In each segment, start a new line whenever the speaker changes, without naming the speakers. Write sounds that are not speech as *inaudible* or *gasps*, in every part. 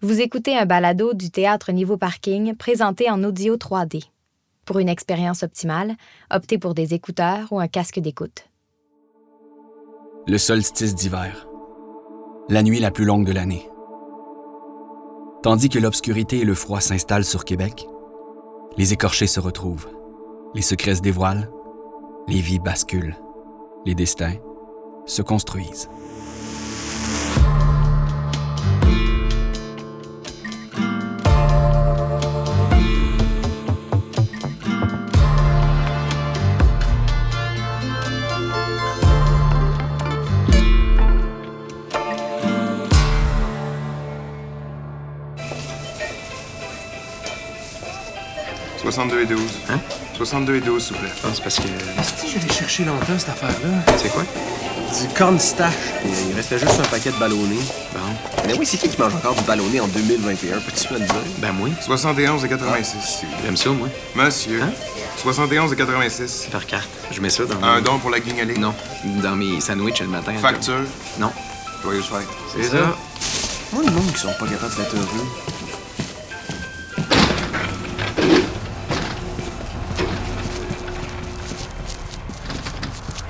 Vous écoutez un balado du théâtre Niveau Parking présenté en audio 3D. Pour une expérience optimale, optez pour des écouteurs ou un casque d'écoute.
Le solstice d'hiver. La nuit la plus longue de l'année. Tandis que l'obscurité et le froid s'installent sur Québec, les écorchés se retrouvent, les secrets se dévoilent, les vies basculent, les destins se construisent.
« 62 et 12.
Hein?
62 et 12, s'il vous plaît.
Ah, c'est parce que.
Si je l'ai cherché longtemps, cette affaire-là.
C'est quoi?
Du cornstache.
Il il restait juste un paquet de ballonnés.
Bon.
Mais oui, c'est qui qui mange encore du ballonné en 2021? Peux-tu me le dire?
Ben moi. 71 et 86, s'il vous plaît.
J'aime ça, moi.
Monsieur.
Ah, Hein?
71 et 86.
Par carte. Je mets ça dans.
Un don pour la guignolée.
Non. Dans mes sandwichs le matin.
Facture.
Non.
Joyeuse fête.
C'est ça. Moi, le monde qui sont pas capables d'être heureux.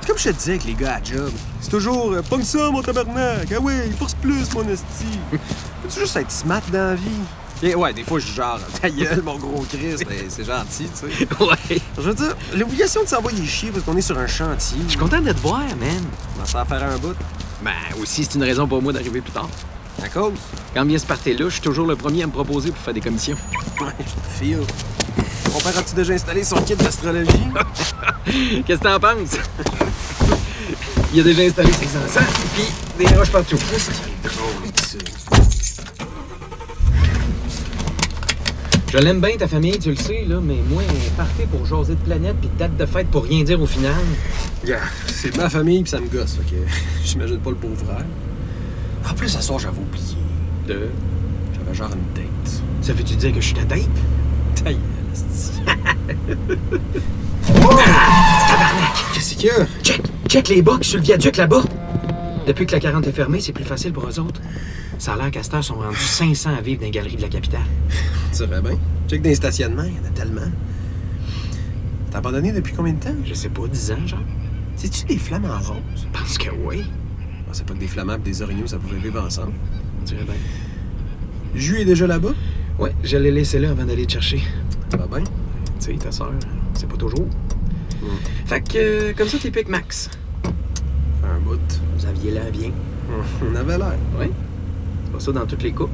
C'est comme je te disais avec les gars à job. C'est toujours euh, Pogne ça, mon tabarnak. Ah ouais, force plus, mon *laughs* esti. Peux-tu juste être smart dans la vie? Et ouais, des fois, je suis genre, ta gueule, mon gros Christ, mais c'est gentil, tu sais.
*laughs*
ouais.
Je veux dire, l'obligation de s'envoyer chier parce qu'on est sur un chantier.
Je suis content de te voir, man.
On à faire un bout.
Ben, aussi, c'est une raison pour moi d'arriver plus tard.
À cause?
Quand vient ce party-là, je suis toujours le premier à me proposer pour faire des commissions.
Ouais, je te feel. Mon père a-tu déjà installé son kit d'astrologie?
Qu'est-ce que t'en penses? Il a déjà installé ses encens, puis des roches partout. Je l'aime bien, ta famille, tu le sais, là, mais moi, parfait pour jaser de planète puis de date de fête pour rien dire au final.
Gars, c'est ma famille pis ça me gosse, ok? J'imagine pas le beau frère. En plus, ce soir, j'avais oublié.
De.
J'avais genre une date.
Ça veut-tu dire que je suis ta date?
Ta gueule, esti. Qu'est-ce qu'il y a?
Check! Check les box sur le viaduc là-bas! Depuis que la 40 est fermée, c'est plus facile pour eux autres. Ça a l'air qu'à cette heure, sont rendus 500 à vivre dans les galeries de la capitale.
Tu dirais bien. Check dans les stationnements, il y en a tellement. T'as abandonné depuis combien de temps?
Je sais pas, 10 ans, genre?
C'est-tu des flammes en rose?
Je pense que oui.
Je pensais Ah, pas que des flamants pis des orignaux, ça pouvait vivre ensemble.
On dirait bien.
Jus est déjà là-bas?
Ouais, j'allais laisser là avant d'aller te chercher.
Ça va bien?
Tu sais, ta soeur, c'est pas toujours.
Mm.
Fait que, euh, comme ça, t'es pique Max.
Fait un *laughs* bout.
Vous aviez l'air bien.
On avait l'air.
Oui. C'est pas ça dans toutes les coupes.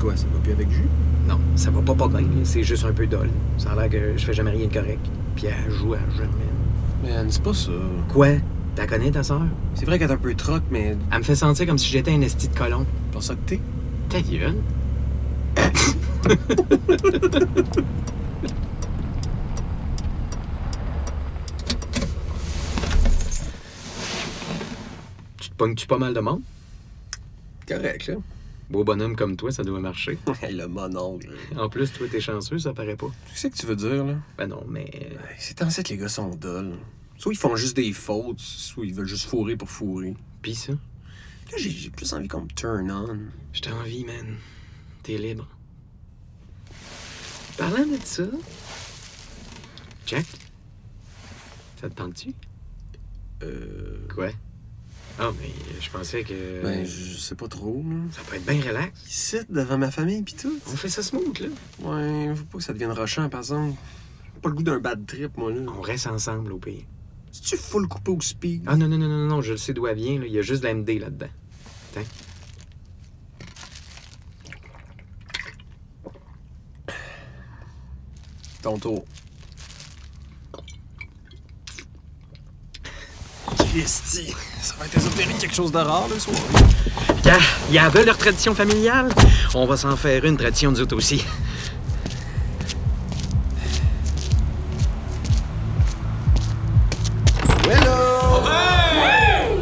Quoi, ça va plus avec jus?
Non, ça va pas pas bien. là. C'est juste un peu dol. Ça a l'air que je fais jamais rien de correct. Puis elle joue à jamais.
Man, c'est pas ça.
Quoi? T'as connais ta soeur?
C'est vrai qu'elle est un peu troc, mais
Elle me fait sentir comme si j'étais un esti de colon.
c'est pour ça que t'es.
Ta gueule. *laughs* tu te pognes-tu pas mal de monde?
Correct, *laughs* là.
Beau bonhomme comme toi, ça doit marcher.
le mononcle.
En plus, toi, t'es chanceux, ça paraît pas.
Tu sais ce que tu veux dire, là?
Ben non, mais.
C'est en que les gars sont dol. Soit ils font juste des fautes, soit ils veulent juste fourrer pour fourrer.
Pis ça.
Là, j'ai- j'ai plus envie qu'on me turn on.
Je t'envie, man. T'es libre. Parlant de ça. Jack? Ça te tente-tu?
Euh.
Quoi? Ah, mais je pensais que.
Ben, je sais pas trop, là.
Ça peut être bien relax.
Ils citent devant ma famille pis tout.
On fait ça smooth, là.
Ouais, faut pas que ça devienne rochant, par exemple. Pas le goût d'un bad trip, moi, là.
On reste ensemble au pays.
C'est-tu full coupé au speed?
Ah non, non, non, non, non, non, je le sais d'où elle vient, là. Il y a juste de la MD là-dedans. Tiens.
Ton tour. Christy, ça va être ésotérique, quelque chose de rare le soir.
Gars, Ah, il y avait leur tradition familiale. On va s'en faire une tradition, nous autres aussi. *laughs*
Hello!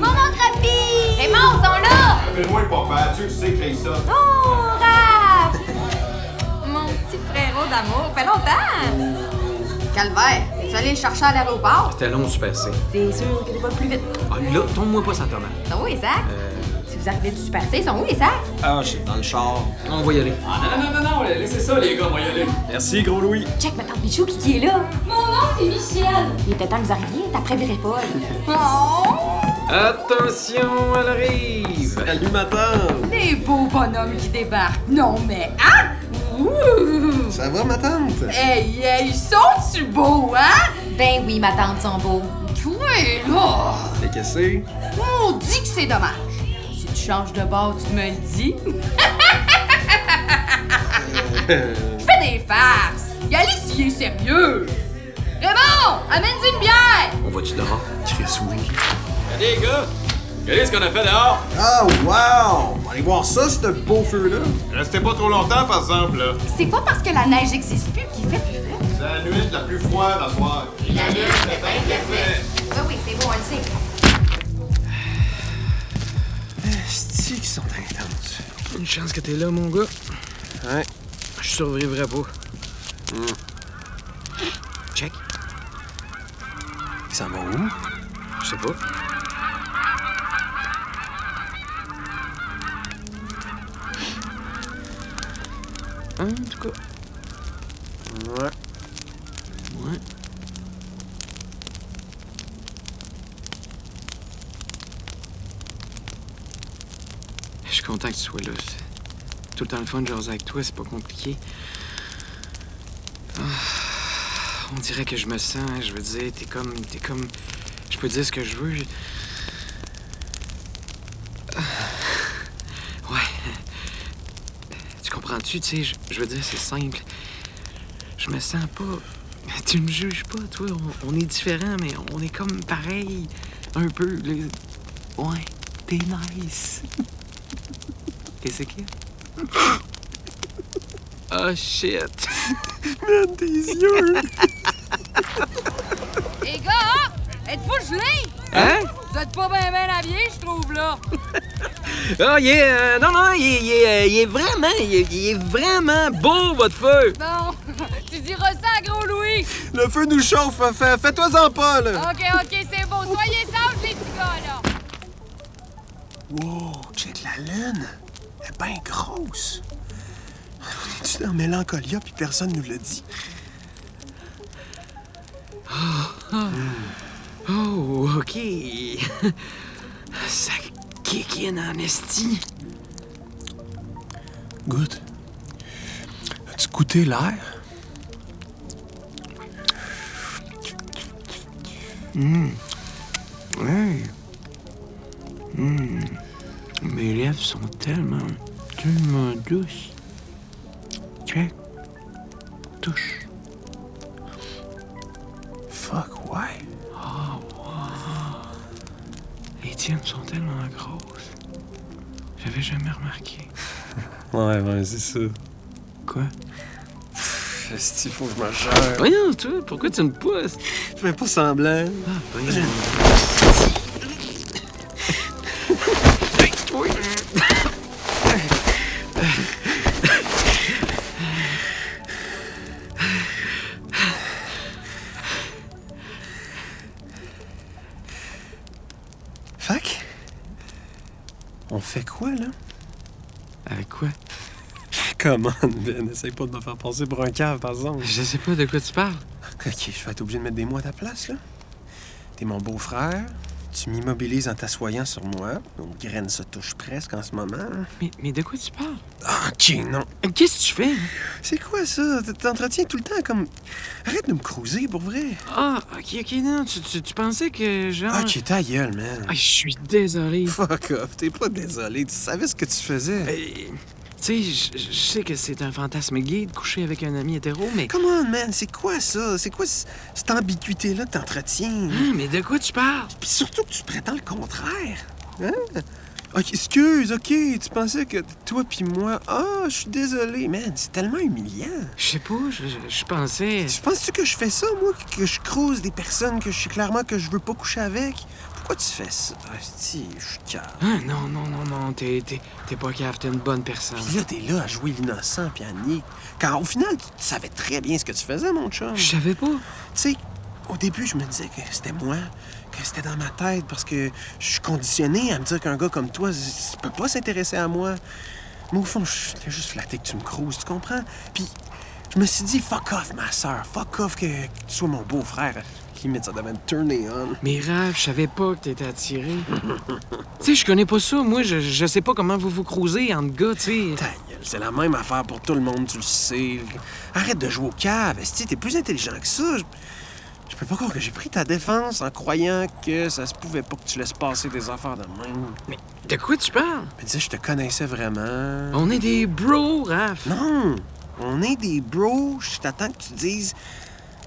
Maman Trapi! Les morts sont là!
Appelle-moi papa, tu sais que j'ai ça.
Oh, Raph! Mon petit frérot d'amour, fait longtemps! Calvaire, tu allé le chercher à l'aéroport?
C'était long, super C.
C'est sûr que t'es pas plus vite.
Ah là, tombe-moi pas sans tomate.
Ça va, Isaac?
Euh,
Tu Vous arrivez du Super C, ils sont où les sacs?
Ah, je suis dans le char. On va y aller.
Ah non, non, non, non, laissez ça, les gars, on va y aller.
Merci, gros Louis.
Check ma tante Michou qui, qui est là. Mon nom, c'est Michel. Il était temps que vous arriviez, t'apprévierais *laughs* pas. oh!
Attention, elle arrive!
Salut, ma tante.
Les beaux bonhommes qui débarquent. Non, mais hein? Ouh!
Ça va, ma tante?
Hey, hey, sont-tu beaux, hein? Ben oui, ma tante, sont beaux. Oui, là!
T'es cassé?
On dit que c'est dommage. Si tu changes de bord, tu me le dis. *laughs* Je fais des farces. Y aller s'il est sérieux. Raymond, amène-y une bière.
On va-tu dehors?
Chris, oui.
Allez, les gars, regardez ce qu'on a fait dehors.
Ah, wow! On va aller voir ça, ce beau feu-là.
Restez pas trop longtemps, par exemple, là.
C'est pas parce que la neige n'existe plus qu'il fait plus frais.
C'est la nuit la plus froide à soir. La nuit, c'est bien
Oui, oui, c'est beau, on le sait.
Esti qui sont intenses.
Une chance que t'es là, mon gars.
Ouais. Hmm.
Je survivrai pas. Check.
Ils s'en vont où?
Je sais pas. En tout cas,
Ouais.
ouais. Je suis content que tu sois là. C'est tout le temps le fun de jaser avec toi, c'est pas compliqué. Ah, on dirait que je me sens, hein, je veux dire, t'es comme. T'es comme. Je peux dire ce que je veux. je- Ah, Ouais. Tu comprends-tu, tu sais, je- je veux dire, c'est simple. Je me sens pas. Tu me juges pas, toi. On, on est différents, mais on est comme pareil. Un peu. le- Ouais, t'es nice. Qu'est-ce qu'il y a? *gasps* Oh
*laughs*
shit!
Tes yeux!
Les gars, hop! êtes-vous gelés?
*laughs* Hein?
Vous êtes pas bien bien habillés, je trouve, là.
Oh, il est. euh, non, non, il est, il est, euh, il est vraiment. Il est, il est vraiment beau, votre feu!
*laughs*
Non, tu diras ça à Gros Louis.
Le feu nous chauffe, hein, fais- fais-toi-en pas, là!
OK, OK, c'est bon. Soyez sages, les petits gars, là.
Wow, check la lune! Elle est bien grosse! On est-tu dans Mélancolia puis personne nous l'a dit?
Oh, OK. Ça kick in hein, en esti.
Good. As-tu goûté l'air?
Hum. Hey. Hmm. Mes lèvres sont tellement, tellement douces. Check. Touche.
Fuck, ouais.
Les tiennes sont tellement grosses. J'avais jamais remarqué.
Ouais, ouais, c'est ça.
Quoi?
Est-ce faut que je me gère?
Voyons, toi, pourquoi tu me pousses?
Je fais pas semblant. Fac? On fait quoi, là?
Avec Euh, quoi?
Comment, Ben? Essaye pas de me faire passer pour un cave, par exemple.
Je sais pas de quoi tu parles.
Ok, je vais être obligé de mettre des mots à ta place, là. T'es mon beau-frère. Tu m'immobilises en t'assoyant sur moi. Nos graines se touchent presque en ce moment.
Mais, mais de quoi tu parles?
Ah, ok, non.
Euh, Qu'est-ce que tu fais?
C'est quoi ça? T- T'entretiens tout le temps comme. Arrête de me cruiser, pour vrai.
Ah, ok, ok, non, tu, tu, tu pensais que genre.
Ok, ta gueule, man.
Ah, je suis désolé.
Fuck off, t'es pas désolé. Tu savais ce que tu faisais.
Euh, tu sais, je- je sais que c'est un fantasme gay de coucher avec un ami hétéro, mais.
Come on, man, c'est quoi ça? C'est quoi c- cette ambiguïté-là que t'entretiens?
Hein, mais de quoi tu parles?
Puis surtout que tu prétends le contraire. Hein? Ok, excuse, ok, tu pensais que t- toi puis moi. Ah, je suis désolé, man, c'est tellement humiliant.
Je sais pas, je- je je pensais.
Tu penses-tu que je fais ça, moi, que- que je crouse des personnes que je sais clairement que je veux pas coucher avec? Pourquoi tu fais ça? Asti, je suis calme.
Hein, non, non, non, non, t'es t'es- t'es pas cave, t'es une bonne personne.
Puis là, t'es là à jouer l'innocent puis à nier. Car au final, tu tu savais très bien ce que tu faisais, mon chum.
Je savais pas.
Tu sais, Au début, je me disais que c'était moi, que c'était dans ma tête, parce que je suis conditionné à me dire qu'un gars comme toi, ne peut pas s'intéresser à moi. Mais au fond, je j'étais juste flatté que tu me crouses, tu comprends? Puis je me suis dit, fuck off, ma soeur, fuck off que tu sois mon beau-frère. Limite, ça devait me turner on.
Mais Raph, je savais pas que t'étais attiré. tu sais, je connais pas ça. Moi, je, je sais pas comment vous vous croisez entre gars, tu sais.
Ta gueule, c'est la même affaire pour tout le monde, tu le sais. Arrête de jouer au cave, esti, t'es plus intelligent que ça. Je... je peux pas croire que j'ai pris ta défense en croyant que ça se pouvait pas que tu laisses passer des affaires de même.
Mais de quoi tu parles?
Je me disais, je te connaissais vraiment.
On est des bros, Raph.
Non! On est des bros, je t'attends que tu dises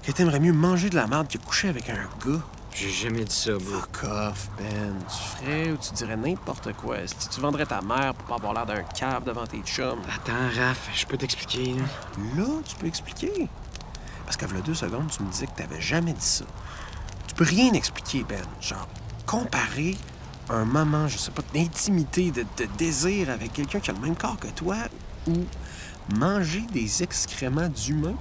que t'aimerais mieux manger de la merde que coucher avec un gars.
J'ai jamais dit ça, bro.
Fuck off, Ben. Tu ferais ou tu dirais n'importe quoi. Si tu vendrais ta mère pour pas avoir l'air d'un cave devant tes chums.
Attends, Raph, je peux t'expliquer. là.
Là, tu peux expliquer. Parce qu'à v'là deux secondes, tu me disais que t'avais jamais dit ça. Tu peux rien expliquer, Ben. Genre, comparer un moment, je sais pas, d'intimité, de, de désir avec quelqu'un qui a le même corps que toi ou manger des excréments d'humains.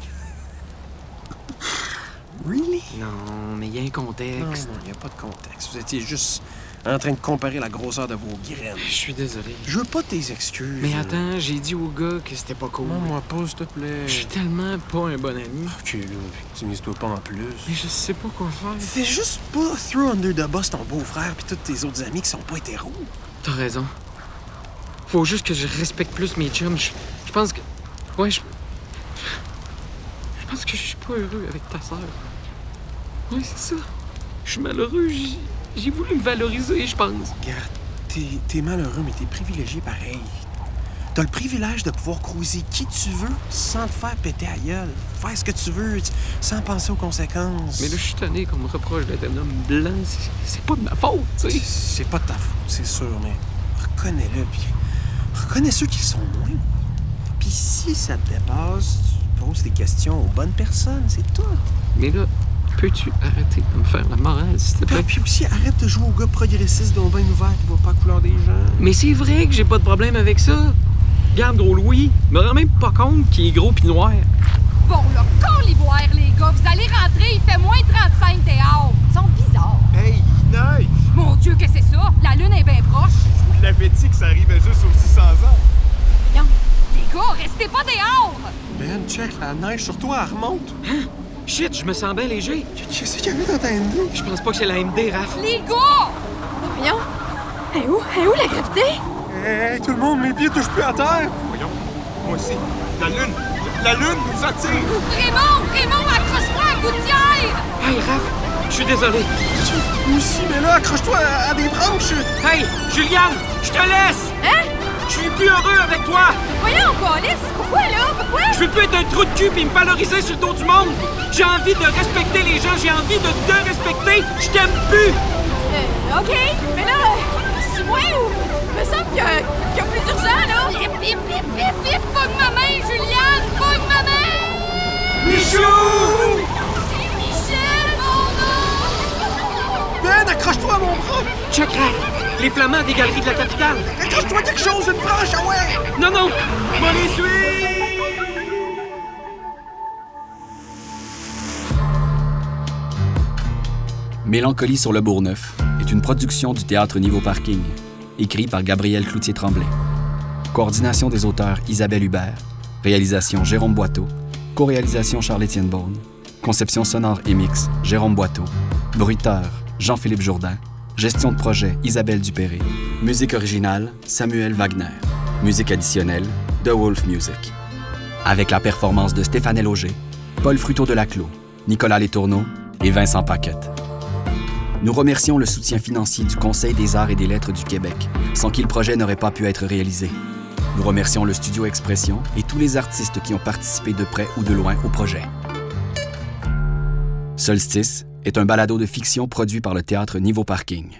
*laughs* really?
Non, mais il y a un
Non,
contexte.
il n'y a pas de contexte. Vous étiez juste en train de comparer la grosseur de vos graines.
Je suis désolé.
Je veux pas tes excuses.
Mais attends, j'ai dit au gars que c'était pas cool.
Moi, pas, s'il te plaît.
Je suis tellement pas un bon ami.
Ok, là, victimise-toi pas en plus.
Mais je sais pas quoi faire.
Fais juste pas throw under the bus ton beau-frère puis tous tes autres amis qui sont pas hétéros.
T'as raison. Faut juste que je respecte plus mes chums. Je, je pense que. Ouais, je. Je pense que je suis pas heureux avec ta sœur. Ouais, c'est ça. Je suis malheureux. J'ai- J'ai voulu me valoriser, je pense.
Regarde, t'es, t'es malheureux, mais t'es privilégié pareil. T'as le privilège de pouvoir croiser qui tu veux sans te faire péter à gueule. Faire ce que tu veux tu- sans penser aux conséquences.
Mais là, je suis tanné qu'on me reproche d'être un homme blanc. C'est- C'est pas de ma faute, tu sais.
c'est pas de ta faute, c'est sûr, mais reconnais-le puis reconnais ceux qui le sont moins. Puis si ça te dépasse, tu poses des questions aux bonnes personnes, c'est tout.
Mais là, peux-tu arrêter de me faire la morale, s'il te
Puis,
plaît?
puis aussi, arrête de jouer au gars progressiste dont ben ouvert qui voit pas la couleur des gens.
Mais c'est vrai que j'ai pas de problème avec ça. Regarde, gros Louis, je me rends même pas compte qu'il est gros pis noir.
Bon, là, quand les les gars, vous allez rentrer, il fait moins 35 dehors. Ils sont bizarres.
Hey, il neige!
Mon Dieu, que c'est ça? La lune est bien proche.
Je vous l'avais dit que ça arrivait juste aux 600 ans.
Les gars, restez pas dehors!
Ben, check, la neige sur toi, elle remonte.
Shit, je me sens bien léger.
Qu'est-ce qu'il y a eu dans ta nuit?
Je pense pas que c'est la MD, Raph.
Les gars!
Voyons. Et où? Et où la gravité?
Hey, tout le monde, mes pieds touchent plus à terre.
Voyons, moi aussi. La lune! La lune nous attire!
Raymond, Raymond, accroche-moi à la gouttière!
Hey, Raph, je suis désolé.
Moi aussi, mais là, accroche-toi à, à des branches.
Hey, Juliane, je te laisse!
Hein?
Je suis plus heureux avec toi!
Voyons, Colis! Pourquoi, là? Pourquoi?
Je veux plus être un trou de cul pis me valoriser sur le dos du monde! J'ai envie de respecter les gens, j'ai envie de te respecter! Je t'aime plus!
Euh, OK, mais là, euh, c'est moi ou... Il me semble qu'il y, a- qu'il y a plus d'urgent, là! Hip, hip, hip, hip, hip! Pogne ma main, Juliane! Pogne ma main!
Michou!
C'est Michel, mon nom!
Ben, accroche-toi à mon bras.
Check, Raph, les flamands des galeries de la capitale!
Accroche-toi à quelque chose, une branche, ah ouais.
Non, non!
Mélancolie sur le Bourgneuf est une production du théâtre Niveau Parking, écrit par Gabriel Cloutier-Tremblay. Coordination des auteurs Isabelle Hubert, réalisation Jérôme Boiteau, co-réalisation Charles-Étienne Beaune, conception sonore et mix Jérôme Boiteau, bruiteur Jean-Philippe Jourdain, gestion de projet Isabelle Dupéré, musique originale Samuel Wagner, musique additionnelle The Wolf Music. Avec la performance de Stéphane Loger, Paul Fruteau de Laclos, Nicolas Letourneau et Vincent Paquette. Nous remercions le soutien financier du Conseil des arts et des lettres du Québec, sans qui le projet n'aurait pas pu être réalisé. Nous remercions le Studio Expression et tous les artistes qui ont participé de près ou de loin au projet. Solstice est un balado de fiction produit par le théâtre Niveau Parking.